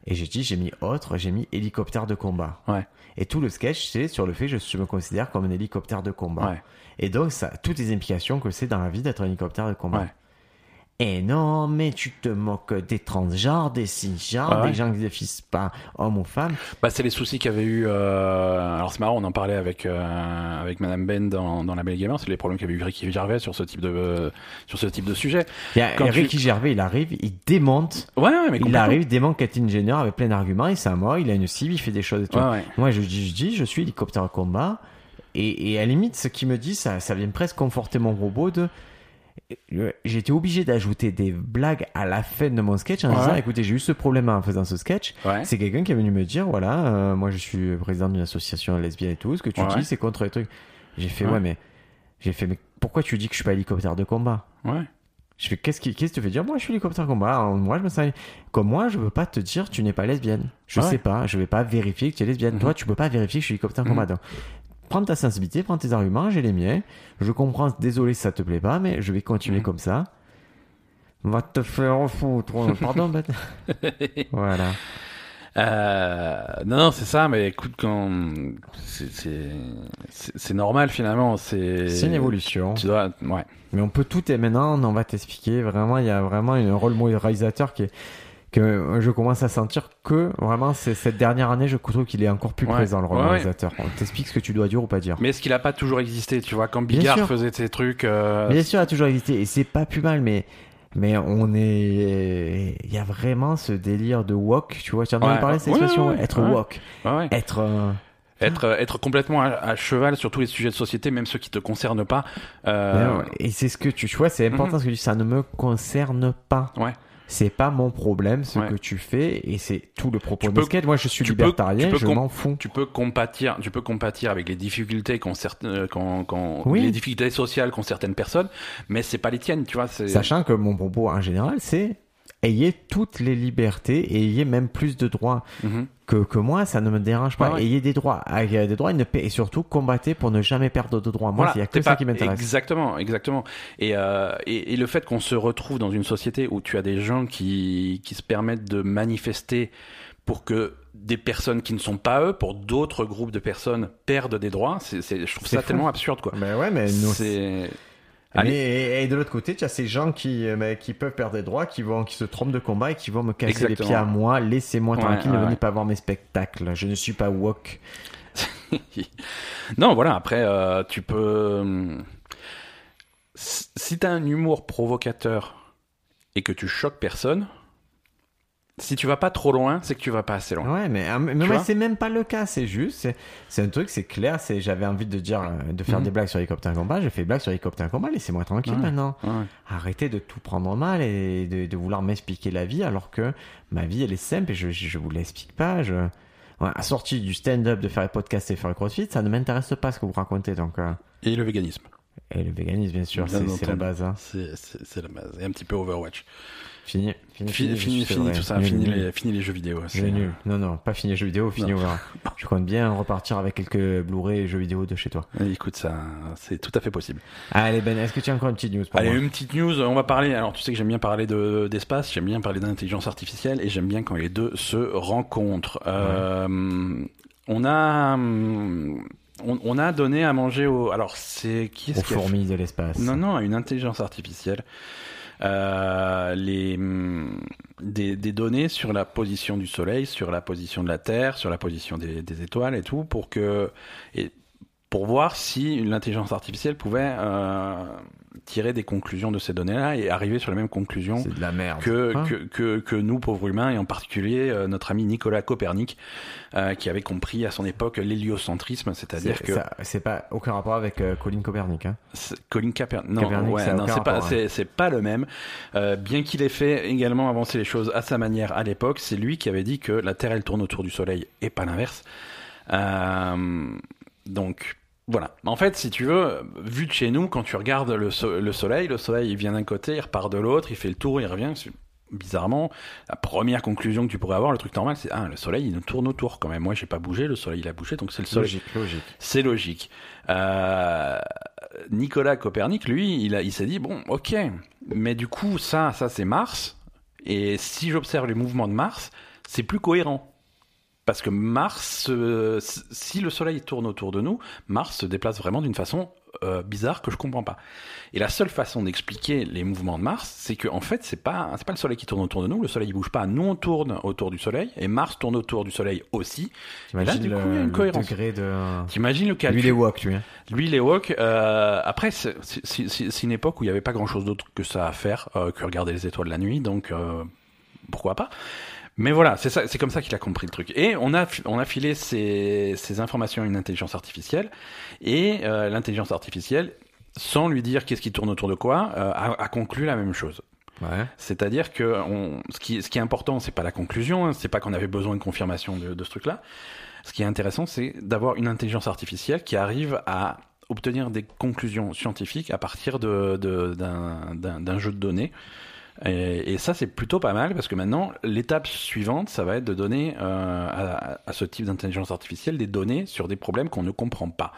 Et j'ai dit, j'ai mis autre, j'ai mis hélicoptère de combat.
Ouais.
Et tout le sketch, c'est sur le fait que je me considère comme un hélicoptère de combat.
ouais.
Et donc, ça, toutes les implications que c'est dans la vie d'être un hélicoptère de combat.
Ouais.
Et non, mais tu te moques des transgenres, des cisgenres,
Ah Ouais, ouais.
des gens qui ne définissent pas homme ou femme.
Bah, c'est les soucis qu'avait eu. euh, Alors c'est marrant, on en parlait avec euh, avec Madame Ben dans, dans la Belle Gamer. C'est les problèmes qu'avait eu Ricky Gervais sur ce type de euh, sur ce type de sujet.
Il y a
Quand tu-
Ricky Gervais, il arrive, il démonte.
Ouais, ouais, mais
il
complètement.
arrive, il démonte Catherine Jenner avec plein d'arguments, il s'en moque, il a une cible, il fait des choses et tout.
Ouais, ouais.
Moi, je dis, je dis, je suis hélicoptère à combat. Et, et à la limite, ce qui me dit, ça, ça vient presque conforter mon robot de. le- J'étais obligé d'ajouter des blagues à la fin de mon sketch en
Ouais.
disant écoutez, j'ai eu ce problème en faisant ce sketch.
Ouais.
C'est quelqu'un qui est venu me dire voilà, euh, moi je suis président d'une association lesbienne et tout, ce que tu
Ouais.
dis c'est contre les trucs. J'ai fait
Ouais.
ouais, mais. J'ai fait mais pourquoi tu dis que je suis pas hélicoptère de combat
Ouais.
Je fais qu'est-ce qui, qu'est-ce qui te fait dire moi je suis hélicoptère de combat Alors, Moi je me sens comme moi je peux pas te dire tu n'es pas lesbienne. Je
Ah Ouais.
sais pas, je vais pas vérifier que tu es lesbienne.
Mhm.
Toi tu peux pas vérifier que je suis hélicoptère de combat. Donc, prends ta sensibilité, prends tes arguments, j'ai les miens. Je comprends, désolé si ça te plaît pas, mais je vais continuer
Mhm.
comme ça. Va te faire foutre. Pardon, bête. voilà.
Euh, non, non, c'est ça, mais écoute, quand c'est- c'est c'est- c'est normal finalement, c'est
C'est une évolution.
Tu dois, ouais,
Mais on peut tout et maintenant, on va t'expliquer. Vraiment, il y a vraiment un rôle réalisateur qui est que je commence à sentir que vraiment c'est cette dernière année je trouve qu'il est encore plus
Ouais.
présent le rôle
Ouais, ouais.
réalisateur on t'explique ce que tu dois dire ou pas dire
mais est-ce qu'il a pas toujours existé Tu vois, quand
Bien
Bigard
sûr.
faisait ses trucs, euh,
bien sûr il a toujours existé et c'est pas plus mal mais mais on est il y a vraiment ce délire de woke tu vois tu en as
Ouais.
parlé cette
Ouais,
expression
ouais, ouais.
être
Ouais.
woke
ouais, ouais.
être euh,
être euh, être complètement à, à cheval sur tous les sujets de société, même ceux qui te concernent pas. euh,
Ben
Mhm.
Ouais, ouais. Et c'est ce que tu, tu vois, c'est important ce que tu dis, ça ne me concerne pas.
Ouais.
C'est pas mon problème ce
Ouais.
que tu fais et c'est tout le propos
Tu
de
peux-
skate. Moi, je suis
tu peux-
libertarien,
tu peux
je
com-
m'en fous.
Tu peux compatir, tu peux compatir avec les difficultés qu'ont certaines, qu'ont- qu'ont-
Oui.
les difficultés sociales qu'ont certaines personnes, mais c'est pas les tiennes, tu vois. C'est
Sachant que mon propos en général, c'est ayez toutes les libertés et ayez même plus de droits
Mhm.
que, que moi, ça ne me dérange pas.
Ouais, ouais.
Ayez des droits, ayez des droits et, ne pa- et surtout combattez pour ne jamais perdre de droits. Moi, il y a que
t'es
ça
pas-
qui m'intéresse.
Exactement, exactement. Et, euh, et, et le fait qu'on se retrouve dans une société où tu as des gens qui, qui se permettent de manifester pour que des personnes qui ne sont pas eux, pour d'autres groupes de personnes, perdent des droits, c'est, c'est- je trouve
C'est
ça
fou.
tellement absurde, quoi.
Mais Ben ouais, mais
c'est... Allez,
et, de l'autre côté, tu as ces gens qui, euh, bah, qui peuvent perdre des droits, qui vont, qui se trompent de combat et qui vont me
casser les Exactement. pieds à
moi. Laissez-moi
Ouais, tranquille, ouais, ne venez ouais.
pas voir mes spectacles. Je ne suis pas woke.
non, voilà, après, euh, tu peux... hum, Si si t'as un humour provocateur et que tu choques personne, si tu vas pas trop loin, c'est que tu vas pas assez loin.
Ouais, mais, hein, mais,
Tu
ouais,
vois
c'est même pas le cas. C'est juste, c'est- c'est un truc, c'est clair. C'est, j'avais envie de dire, euh, de faire
Mhm.
des blagues sur hélicoptère combat. J'ai fait des blagues sur hélicoptère combat. Laissez-moi tranquille
Ouais.
maintenant.
Ouais.
Arrêtez de tout prendre mal et de, de vouloir m'expliquer la vie alors que ma vie elle est simple et je, je, je vous l'explique pas. Je... Ouais, sorti du stand-up, de faire les podcasts et faire le crossfit, ça ne m'intéresse pas ce que vous racontez. Donc, euh,
Et le véganisme.
Et le véganisme, bien sûr,
Bien
c'est c'est la
entendu.
base. hein.
C'est- C'est c'est la base. Et un petit peu Overwatch.
Fini,
Fini,
fini,
fini,
c'est
fini
vrai.
tout ça,
Nul,
fini
nul.
les, fini les jeux vidéo.
Je
c'est-
vais nul. Non, non, pas fini les jeux vidéo, fini Overwatch. Je compte bien repartir avec quelques Blu-ray et jeux vidéo de chez toi.
euh, Écoute, ça, c'est tout à fait possible.
Allez, Ben, est-ce que tu as encore une petite news pour
Allez,
moi
une petite news. On va parler. Alors, tu sais que j'aime bien parler de d'espace, j'aime bien parler d'intelligence artificielle, et j'aime bien quand les deux se rencontrent. Euh, on a, hum, on, on a donné à manger au. Alors, c'est qui
Aux
est-ce qui a fait-
fourmis de l'espace.
Non, non, à une intelligence artificielle. Euh, les, hum, des, des données sur la position du Soleil, sur la position de la Terre, sur la position des, des étoiles et tout, pour que et pour voir si l'intelligence artificielle pouvait euh, tirer des conclusions de ces données-là et arriver sur la même conclusion
C'est de la merde.
que,
Hein
que, que, que nous, pauvres humains, et en particulier euh, notre ami Nicolas Copernic, euh, qui avait compris à son époque l'héliocentrisme, c'est-à-dire
C'est-
que
ça- C'est pas aucun rapport avec euh, Colin Copernic. hein.
c'est- Colin Kaepernick, non,
Kaepernick,
ouais,
ça a
non,
aucun
c'est pas,
rapport, hein.
c'est, c'est pas le même. Euh, bien qu'il ait fait également avancer les choses à sa manière à l'époque, c'est lui qui avait dit que la Terre elle tourne autour du Soleil et pas l'inverse. Euh, donc voilà. En fait, si tu veux, vu de chez nous, quand tu regardes le, so- le Soleil, le Soleil il vient d'un côté, il repart de l'autre, il fait le tour, il revient. C'est- Bizarrement, la première conclusion que tu pourrais avoir, le truc normal, c'est ah le Soleil il nous tourne autour quand même. Moi j'ai pas bougé, le Soleil il a bougé, donc c'est le Soleil.
Logique, logique.
C'est logique. Euh, Nicolas Copernic, lui, il, a- il s'est dit bon, ok, mais du coup, ça, ça c'est Mars, et si j'observe les mouvements de Mars, c'est plus cohérent. Parce que Mars, euh, s- si le Soleil tourne autour de nous, Mars se déplace vraiment d'une façon euh, bizarre que je comprends pas. Et la seule façon d'expliquer les mouvements de Mars, c'est que en fait, c'est pas c'est pas le Soleil qui tourne autour de nous. Le Soleil il bouge pas. Nous on tourne autour du Soleil et Mars tourne autour du Soleil aussi. Là,
T'imagines
du
le,
coup, il y a une
le
cohérence.
degré de...
T'imagines le calcul
Lui, il est woke, lui. hein.
lui, les Hawks, euh, après, c'est c'est- c'est- c'est une époque où il n'y avait pas grand-chose d'autre que ça à faire euh, que regarder les étoiles la nuit, donc euh, pourquoi pas. Mais voilà, c'est ça- c'est comme ça qu'il a compris le truc. Et on a, fi- on a filé ces, ces informations à une intelligence artificielle, et euh, l'intelligence artificielle, sans lui dire qu'est-ce qui tourne autour de quoi, euh, a- a conclu la même chose.
Ouais.
C'est-à-dire que on- ce, qui, ce qui est important, c'est pas la conclusion, hein, c'est pas qu'on avait besoin de confirmation de, de ce truc-là. Ce qui est intéressant, c'est d'avoir une intelligence artificielle qui arrive à obtenir des conclusions scientifiques à partir de- de- d'un d'un- d'un jeu de données. Et, et ça, c'est plutôt pas mal parce que maintenant, l'étape suivante, ça va être de donner euh, à, à ce type d'intelligence artificielle des données sur des problèmes qu'on ne comprend pas.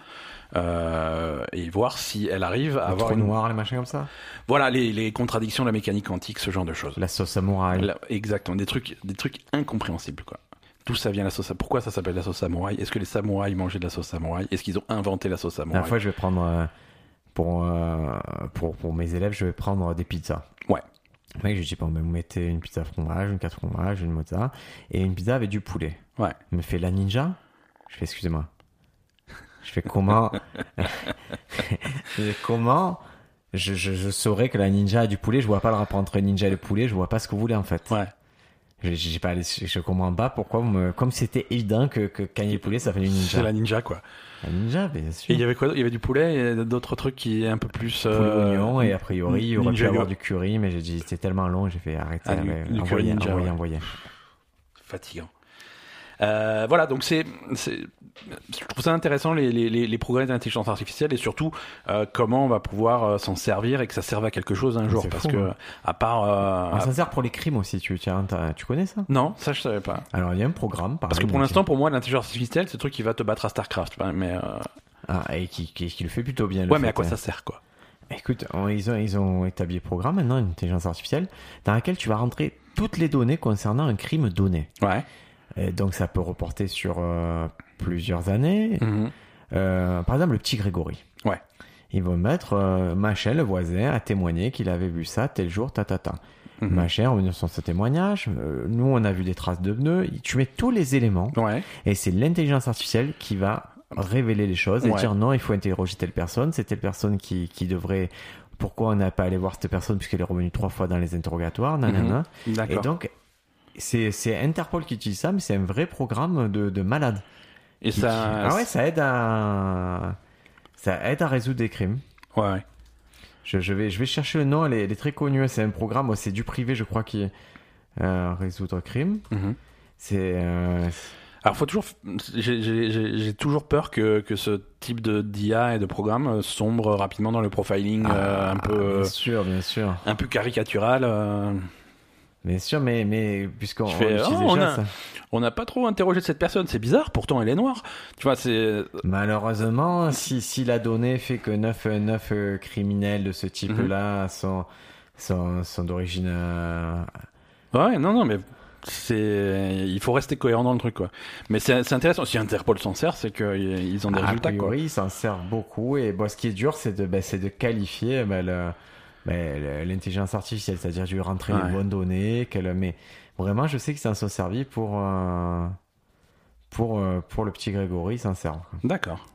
Euh, et voir si elle arrive à
Le
avoir
trou
une...
noir, les machins comme ça.
Voilà, les, les contradictions de la mécanique quantique, ce genre de choses.
La sauce samouraï.
Là, exactement, des trucs, des trucs incompréhensibles quoi. D'où ça vient la sauce à- Pourquoi ça s'appelle la sauce samouraï Est-ce que les samouraïs mangeaient de la sauce samouraï Est-ce qu'ils ont inventé la sauce
La
samouraï
fois, je vais prendre euh, pour, euh, pour, pour mes élèves, je vais prendre des pizzas.
Ouais.
Le Mec, je lui dis, bon, ben, vous mettez une pizza fromage, une quatre fromage, une mozza, et une pizza avec du poulet.
Ouais.
Il me fait la ninja Je fais, excusez-moi. Je fais comment Je fais, Comment je, je, je saurais que la ninja a du poulet, je vois pas le rapport entre ninja et le poulet, je vois pas ce que vous voulez en fait.
Ouais.
Je, j'ai pas, les- je comprends pas pourquoi vous me. Comme c'était évident que, que gagner le poulet ça fait une ninja.
C'est
La...
la ninja quoi.
ninja, bien sûr.
Et il y avait quoi Il y avait du poulet et d'autres trucs qui est un peu plus.
poulet
euh,
oignon et a priori il y aurait pu
Ninjago.
avoir du curry mais j'ai dit c'était tellement long j'ai fait arrêter
Ah, du-
mais
du curry
envoyez
ninja,
envoyez
ouais.
envoyez
fatigant. Euh, voilà, donc c'est, c'est- je trouve ça intéressant les, les, les, les progrès de l'intelligence artificielle et surtout euh, comment on va pouvoir euh, s'en servir et que ça serve à quelque chose un jour.
c'est
Parce
fou,
que,
hein.
à part. euh,
Ah,
à-
ça sert pour les crimes aussi tu tiens t'as- tu connais ça
Non, ça je savais pas.
alors il y a un programme par
Parce que
exemple,
pour l'instant, pour moi, l'intelligence artificielle, c'est le truc qui va te battre à StarCraft. hein, Mais euh,
ah, et qui, qui, qui le fait plutôt bien le
ouais, mais
fait,
à quoi
hein.
ça sert, quoi
écoute on- ils ont ils ont établi un programme maintenant une intelligence artificielle dans laquelle tu vas rentrer toutes les données concernant un crime donné
Ouais.
Et donc ça peut reporter sur euh, plusieurs années
Mhm.
Euh, par exemple, le petit Grégory.
Mmh. Ouais.
Ils vont mettre euh, Machin, le voisin, a témoigné qu'il avait vu ça tel jour, ta ta ta.
Mhm.
Machin, en sur ce témoignage, euh, nous on a vu des traces de pneus. Tu mets tous les éléments
Ouais.
et c'est l'intelligence artificielle qui va révéler les choses et
Ouais.
dire non, il faut interroger telle personne, c'est telle personne qui, qui devrait. Pourquoi on n'a pas allé voir cette personne puisqu'elle est revenue trois fois dans les interrogatoires, nanana. Et
Mhm. D'accord. Et,
donc, c'est c'est Interpol qui utilise ça, mais c'est un vrai programme de, de malade. Qui-
ça.
qui- Ah ouais, ça aide à. Ça aide à résoudre des crimes.
Ouais, ouais.
Je, je vais, je vais chercher le nom, elle est, elle est très connue. C'est un programme, c'est du privé, je crois, qui. Euh, résoudre crime.
Mhm.
C'est. euh,
Alors, faut toujours, j'ai- j'ai j'ai- j'ai toujours peur que, que ce type de d'IA et de programme euh, sombre rapidement dans le profiling euh, un peu,
Ah, Bien sûr, bien sûr.
un peu caricatural. euh.
Bien sûr, mais, mais puisqu'on
Je
on
fais,
l'utilise
oh, on
déjà,
a-
ça.
On n'a pas trop interrogé cette personne, c'est bizarre. Pourtant, elle est noire. Tu vois, c'est
Malheureusement, si, si la donnée fait que 9, euh, 9 euh, criminels de ce
Mhm.
type-là sont, sont, sont d'origine. euh,
Ouais, non, non, mais c'est, il faut rester cohérent dans le truc, quoi. Mais c'est c'est intéressant. Si Interpol s'en sert, c'est qu'ils ont des
a
résultats, quoi.
priori, ils s'en servent beaucoup. Et bon, ce qui est dur, c'est de, ben, c'est de qualifier ben, le- ben, le- l'intelligence artificielle, c'est-à-dire de lui rentrer
Ouais.
les bonnes données. qu'elle- Mais vraiment, je sais qu'ils s'en sont servis pour, euh, pour, euh, pour le petit Grégory, ils s'en servent. quoi.
D'accord.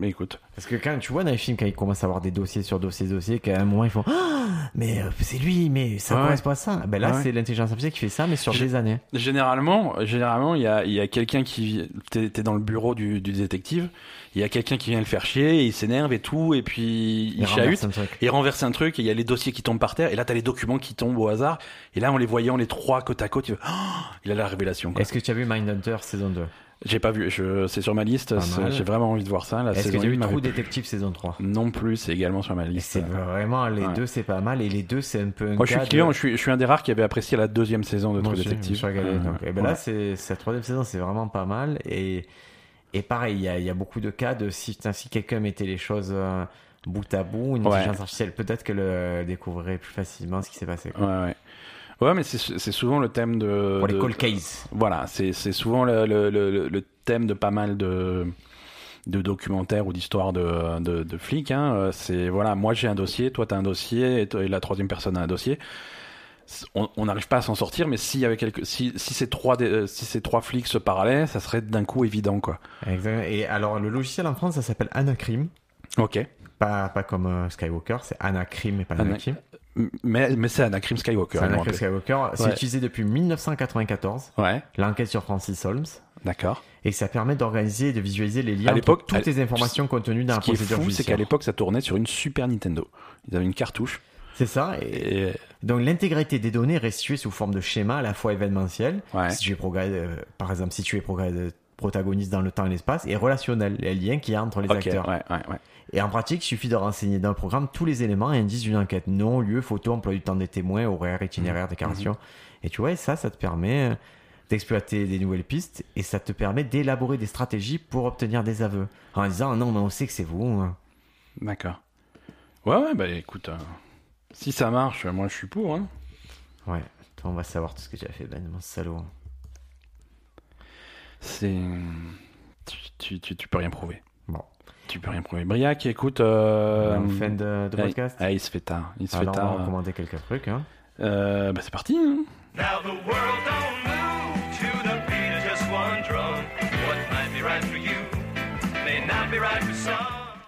Mais écoute.
Parce que quand tu vois dans les films, quand ils commencent à avoir des dossiers sur dossiers, dossiers, qu'à un moment ils font Ah, Mais euh, c'est lui, mais ça
Ouais.
correspond à ça. Ben là,
Ouais.
c'est l'intelligence artificielle qui fait ça, mais sur
J'ai-
des années.
Généralement, généralement, il y a, il y a quelqu'un qui, t'es t'es dans le bureau du, du détective, il y a quelqu'un qui vient le faire chier, et il s'énerve et tout, et puis il,
Ils
chahute.
renversent un truc.
Et renverse un truc, et il y a les dossiers qui tombent par terre, et là t'as les documents qui tombent au hasard, et là en les voyant les trois côte à côte, tu fais, Ah il a la révélation. quoi.
Est-ce que tu as vu Mindhunter saison 2
J'ai pas vu, je- c'est sur ma liste,
Pas
c'est-
mal.
j'ai vraiment envie de voir ça. La
Est-ce que
Ah, saison
tu as
une
vu
m'avait
Trou
plu.
Détective saison 3
Non plus, c'est également sur ma
Et
liste.
C'est vraiment, les
Ouais.
deux, c'est pas mal. Et les deux, c'est un peu un
Moi, je
cas
suis
de-
client, je, suis, je suis un des rares qui avait apprécié la deuxième saison de
Moi
True
aussi,
Detective.
je suis régalé,
Euh,
donc. Et ben
ouais.
là, c'est sa troisième saison, c'est vraiment pas mal. Et, et pareil, il y a, il y a beaucoup de cas de si, putain, si quelqu'un mettait les choses euh, bout à bout, une
Ouais.
intelligence artificielle, peut-être qu'elle euh, découvrirait plus facilement ce qui s'est passé. quoi.
ouais, ouais. Ouais, mais c'est c'est souvent le thème de.
Pour les
Euh, de-
call cases.
Voilà, c'est c'est souvent le, le- le- le thème de pas mal de, de documentaires ou d'histoires de, de, de flics. hein. Euh, C'est voilà, moi j'ai un dossier, toi t'as un dossier, et, toi- et la troisième personne a un dossier. C'est- On on n'arrive pas à s'en sortir, mais si, avec quelque, si, si, ces trois, dé- euh, si ces trois flics se parlaient, ça serait d'un coup évident, quoi.
Exactement. Et alors, le logiciel en France, ça s'appelle Anacrim.
Ok.
Pas, pas comme euh, Skywalker, c'est Anacrim et pas
Ana-
Anacrim.
M- Mais, mais c'est Anacrim Skywalker.
C'est
ils l'ont
Anacrim
appelé.
Skywalker. C'est
Ouais.
utilisé depuis 1994,
Ouais,
l'enquête sur Francis Holmes.
d'accord.
Et ça permet d'organiser et de visualiser les
À
liens entre
l'époque,
toutes
à-
les informations contenues dans
Ce
la
qui est
procédure
fou, c'est qu'à
judiciaire.
l'époque, ça tournait sur une Super Nintendo. Ils avaient une cartouche.
C'est ça. Et
Et...
donc l'intégrité des données reste située sous forme de schéma à la fois événementiel,
Ouais.
si tu es progrès, euh, par exemple si tu es progrès, euh, protagoniste dans le temps et l'espace, et relationnel, les liens qu'il y a entre les
Ok, ouais,
acteurs.
ouais, ouais.
Et en pratique, il suffit de renseigner dans le programme tous les éléments et indices d'une enquête. Nom, lieu, photo, emploi du temps des témoins, horaire,
Mmh.
itinéraire, déclaration. Et tu vois, et ça, ça te permet euh, d'exploiter des nouvelles pistes et ça te permet d'élaborer des stratégies pour obtenir des aveux. En disant, non, mais on sait que c'est vous. hein.
D'accord. Ouais, ouais, bah écoute, euh, si ça marche, moi je suis pour. Hein.
Ouais, Toi, on va savoir tout ce que tu as fait, Ben, mon salaud.
C'est. Tu, tu, tu, tu peux rien prouver.
Bon,
Tu peux rien prouver. Briac, écoute. euh,
en fin de, de
ah,
podcast.
ah, il se fait tard. Il se
Alors,
fait
on va
tard.
recommander quelques trucs. Hein.
Euh, bah c'est parti. hein.
Now the world don't move to the beat of just one drum. What might be right for you may not be right for some.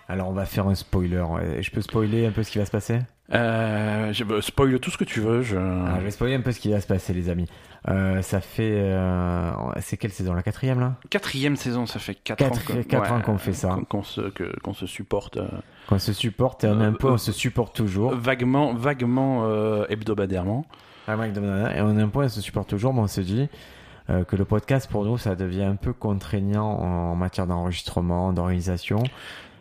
Alors, on va faire un spoiler. Euh, Je peux spoiler un peu ce qui va se passer
Euh, je, bah, spoil tout ce que tu veux. Je...
Alors, Ah, Je vais spoiler un peu ce qui va se passer, les amis. Euh, ça fait. euh, C'est quelle saison La quatrième, là
Quatrième saison, ça fait 4
Quatre-
ans que-
quatre ans qu'on fait ça.
Qu'on qu'on se, que- qu'on se supporte. euh,
Qu'on se supporte et on a un
Euh,
point, on se supporte toujours.
vaguement, vaguement euh, hebdomadairement.
Ah, Mike Domenana, Et on a un point, on se supporte toujours, mais on se dit euh, que le podcast pour nous, ça devient un peu contraignant en matière d'enregistrement, d'organisation.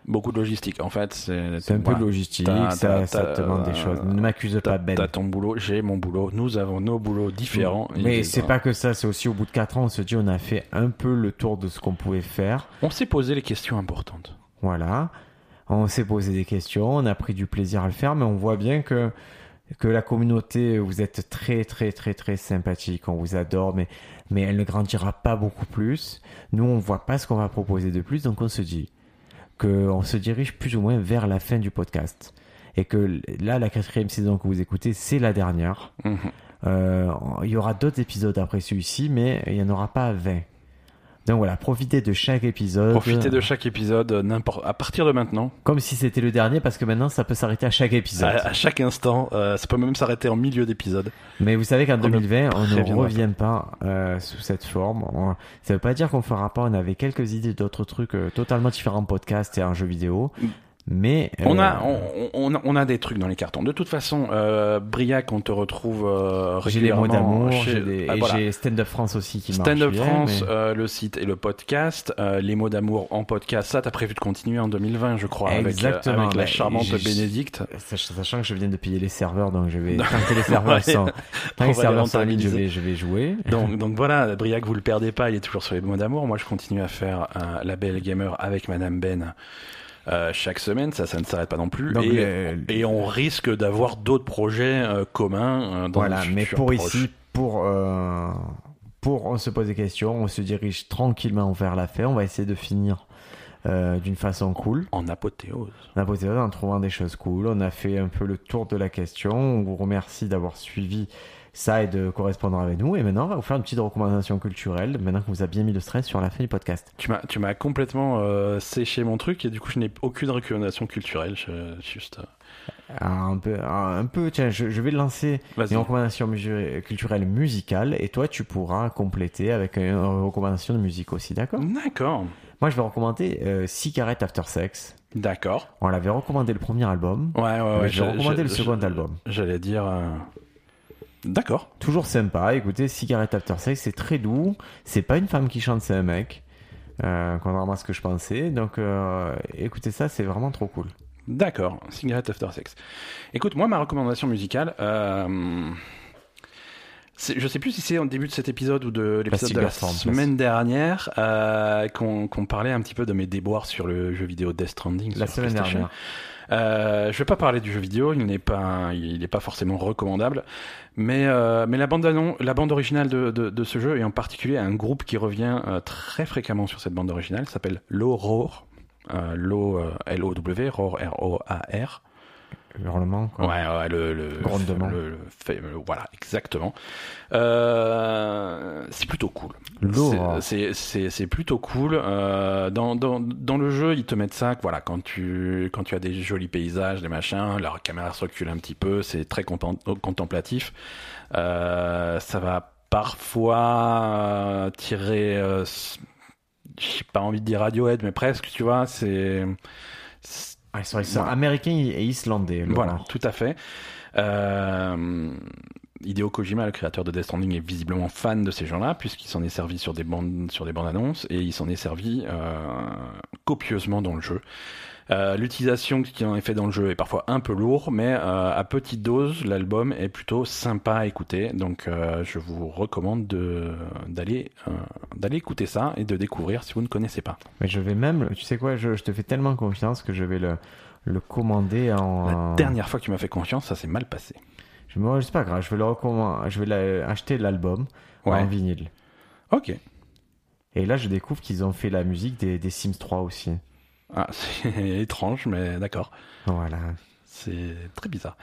Beaucoup de logistique. En fait, c'est
C'est un
voilà.
peu logistique,
T'as-
ça,
t'as-
ça te
t'as-
demande des choses. Ne m'accuse
T'as
pas, Ben.
t'as ton boulot, j'ai mon boulot, nous avons nos boulots différents.
Mais
Et-
c'est pas que ça, c'est aussi au bout de 4 ans, on se dit on a fait un peu le tour de ce qu'on pouvait faire.
On s'est posé les questions importantes.
Voilà. On s'est posé des questions, on a pris du plaisir à le faire, mais on voit bien que, que la communauté, vous êtes très, très, très, très sympathique, on vous adore, mais, mais elle ne grandira pas beaucoup plus. Nous, on voit pas ce qu'on va proposer de plus, donc on se dit qu'on se dirige plus ou moins vers la fin du podcast. Et que là, la quatrième saison que vous écoutez, c'est la dernière.
Mhm.
Euh, il y aura d'autres épisodes après celui-ci, mais il n'y en aura pas 20. Donc voilà, profitez de chaque épisode.
Euh, Profitez de chaque épisode euh, n'importe à partir de maintenant,
Comme si c'était le dernier, parce que maintenant ça peut s'arrêter à chaque
à,
épisode.
à chaque instant. euh, ça peut même s'arrêter en milieu d'épisode.
Mais vous savez qu'en
On ne
2020, on ne
préviendra
revient pas euh, sous cette forme. On- Ça veut pas dire qu'on fera pas. On avait quelques idées d'autres trucs euh, totalement différents en podcast et en jeu vidéo. Mais
On
euh,
a, on, on- on a, on a des trucs dans les cartons. De toute façon, euh, Briac, on te retrouve euh,
j'ai les mots
régulièrement
d'amour,
chez-
j'ai des-
Ah,
et
voilà.
j'ai Stand Up France aussi qui marche
Stand Up
bien,
France,
mais-
euh, le site et le podcast. Euh, les mots d'amour en podcast, ça, t'as prévu de continuer en 2020, je crois, avec, euh,
Exactement,
avec la
bah,
charmante
j'ai- j'ai-
Bénédicte.
Sach- Sachant que je viens de payer les serveurs, donc je vais. Tant que les serveurs
Ouais.
sont,
On
tant que les
va
serveurs
les
sont en ligne, je
rentabiliser.
vais, je vais jouer.
Donc, donc voilà, Briac, vous le perdez pas, il est toujours sur les mots d'amour. Moi, je continue à faire euh, la belle gamer avec Madame Ben euh, chaque semaine, ça, ça ne s'arrête pas non plus.
Donc,
et,
euh,
et on risque d'avoir d'autres projets euh, communs euh, dans
voilà,
le
mais
futur
pour
proche.
ici, pour, euh, pour on se pose des questions, on se dirige tranquillement vers la fin. On va essayer de finir euh, d'une façon cool.
En apothéose.
On a posé ça en trouvant des choses cool. On a fait un peu le tour de la question. On vous remercie d'avoir suivi ça et de correspondre avec nous. Et maintenant, on va vous faire une petite recommandation culturelle. Maintenant qu'on vous a bien mis le stress sur la fin du podcast.
Tu m'as, tu m'as complètement euh, séché mon truc et du coup je n'ai aucune recommandation culturelle. Je, juste, euh,
Ah, Un peu, un peu. Tiens, je, je vais lancer
vas-y.
une recommandation musu- culturelle musicale. Et toi, tu pourras compléter avec une recommandation de musique aussi,
Mm.
d'accord
D'accord,
Moi, je vais recommander euh, Cigarette After Sex.
d'accord.
On l'avait recommandé le premier album.
Ouais, ouais, ouais.
Mais je vais recommander le second
je-
album.
J'allais dire. euh, D'accord.
Toujours sympa. Écoutez, Cigarette After Sex, c'est très doux. C'est pas une femme qui chante, c'est un mec. Euh, contrairement à ce que je pensais. Donc, euh, écoutez ça, c'est vraiment trop cool.
D'accord, Cigarette After Sex. Écoute, moi, ma recommandation musicale, euh, c'est- je sais plus si c'est au début de cet épisode ou de l'épisode
Plastic
de la
Bertrand,
semaine dernière euh, qu'on qu'on parlait un petit peu de mes déboires sur le jeu vidéo Death Stranding.
La
sur
semaine
PlayStation.
dernière.
Euh, je vais pas parler du jeu vidéo, il n'est pas, il n'est pas forcément recommandable, mais euh, mais la bande annon- la bande originale de, de, de ce jeu et en particulier un groupe qui revient euh, très fréquemment sur cette bande originale s'appelle L'Aurore, euh, L'O euh, L O W, Roar R O A R.
Hurlement,
Ouais,
quoi.
ouais, le le,
Grondement.
le- le fait- le- voilà, exactement. Euh, c'est euh, plutôt cool.
L'Aurore.
C'est- C'est c'est- c'est plutôt cool. Euh, dans, dans, dans le jeu, ils te mettent ça. que Voilà, quand tu, quand tu as des jolis paysages, des machins, la caméra se recule un petit peu. C'est très content- contemplatif. Euh, ça va parfois euh, tirer. euh, s- J'ai pas envie de dire Radiohead, mais presque, tu vois. C'est. c'est-
Ah, ils sont, ils sont
Voilà.
américains et islandais. le
voilà,
genre.
tout à fait. Euh, Hideo Kojima, le créateur de Death Stranding, est visiblement fan de ces gens-là, puisqu'il s'en est servi sur des bandes, sur des bandes annonces, et il s'en est servi euh, copieusement dans le jeu. Euh, L'utilisation qui en est fait dans le jeu est parfois un peu lourd, mais euh, à petite dose, l'album est plutôt sympa à écouter. Donc, euh, je vous recommande de- d'aller euh, d'aller écouter ça et de découvrir si vous ne connaissez pas.
Mais je vais même, tu sais quoi, je, je te fais tellement confiance que je vais le, le commander en.
La dernière fois que tu m'as fait confiance, ça s'est mal passé.
Je, moi, c'est pas grave, je vais le recommander, je vais la- acheter l'album en vinyle.
Ok.
Et là, je découvre qu'ils ont fait la musique des, des Sims 3 aussi.
Ah, c'est étrange, mais d'accord.
Voilà.
C'est très bizarre.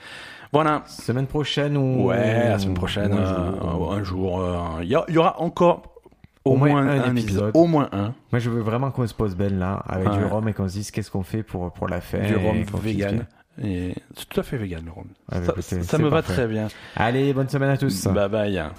Voilà.
Semaine prochaine ou.
Ouais, la semaine prochaine,
ou un
euh,
jour.
un jour, euh, il y, a- il y aura encore au, moins, un, épisode. Au moins un.
Moi, je veux vraiment qu'on se pose belle là, avec
Ouais.
du rhum et qu'on se dise qu'est-ce qu'on fait pour, pour la fête.
du rhum
et qu'on se dise
vegan. Et Ah, c'est tout à fait vegan, le rhum.
Ouais, bah,
ça
écoutez,
ça
c'est
me va
parfait.
très bien.
que- Allez, bonne semaine à tous.
Bye bye.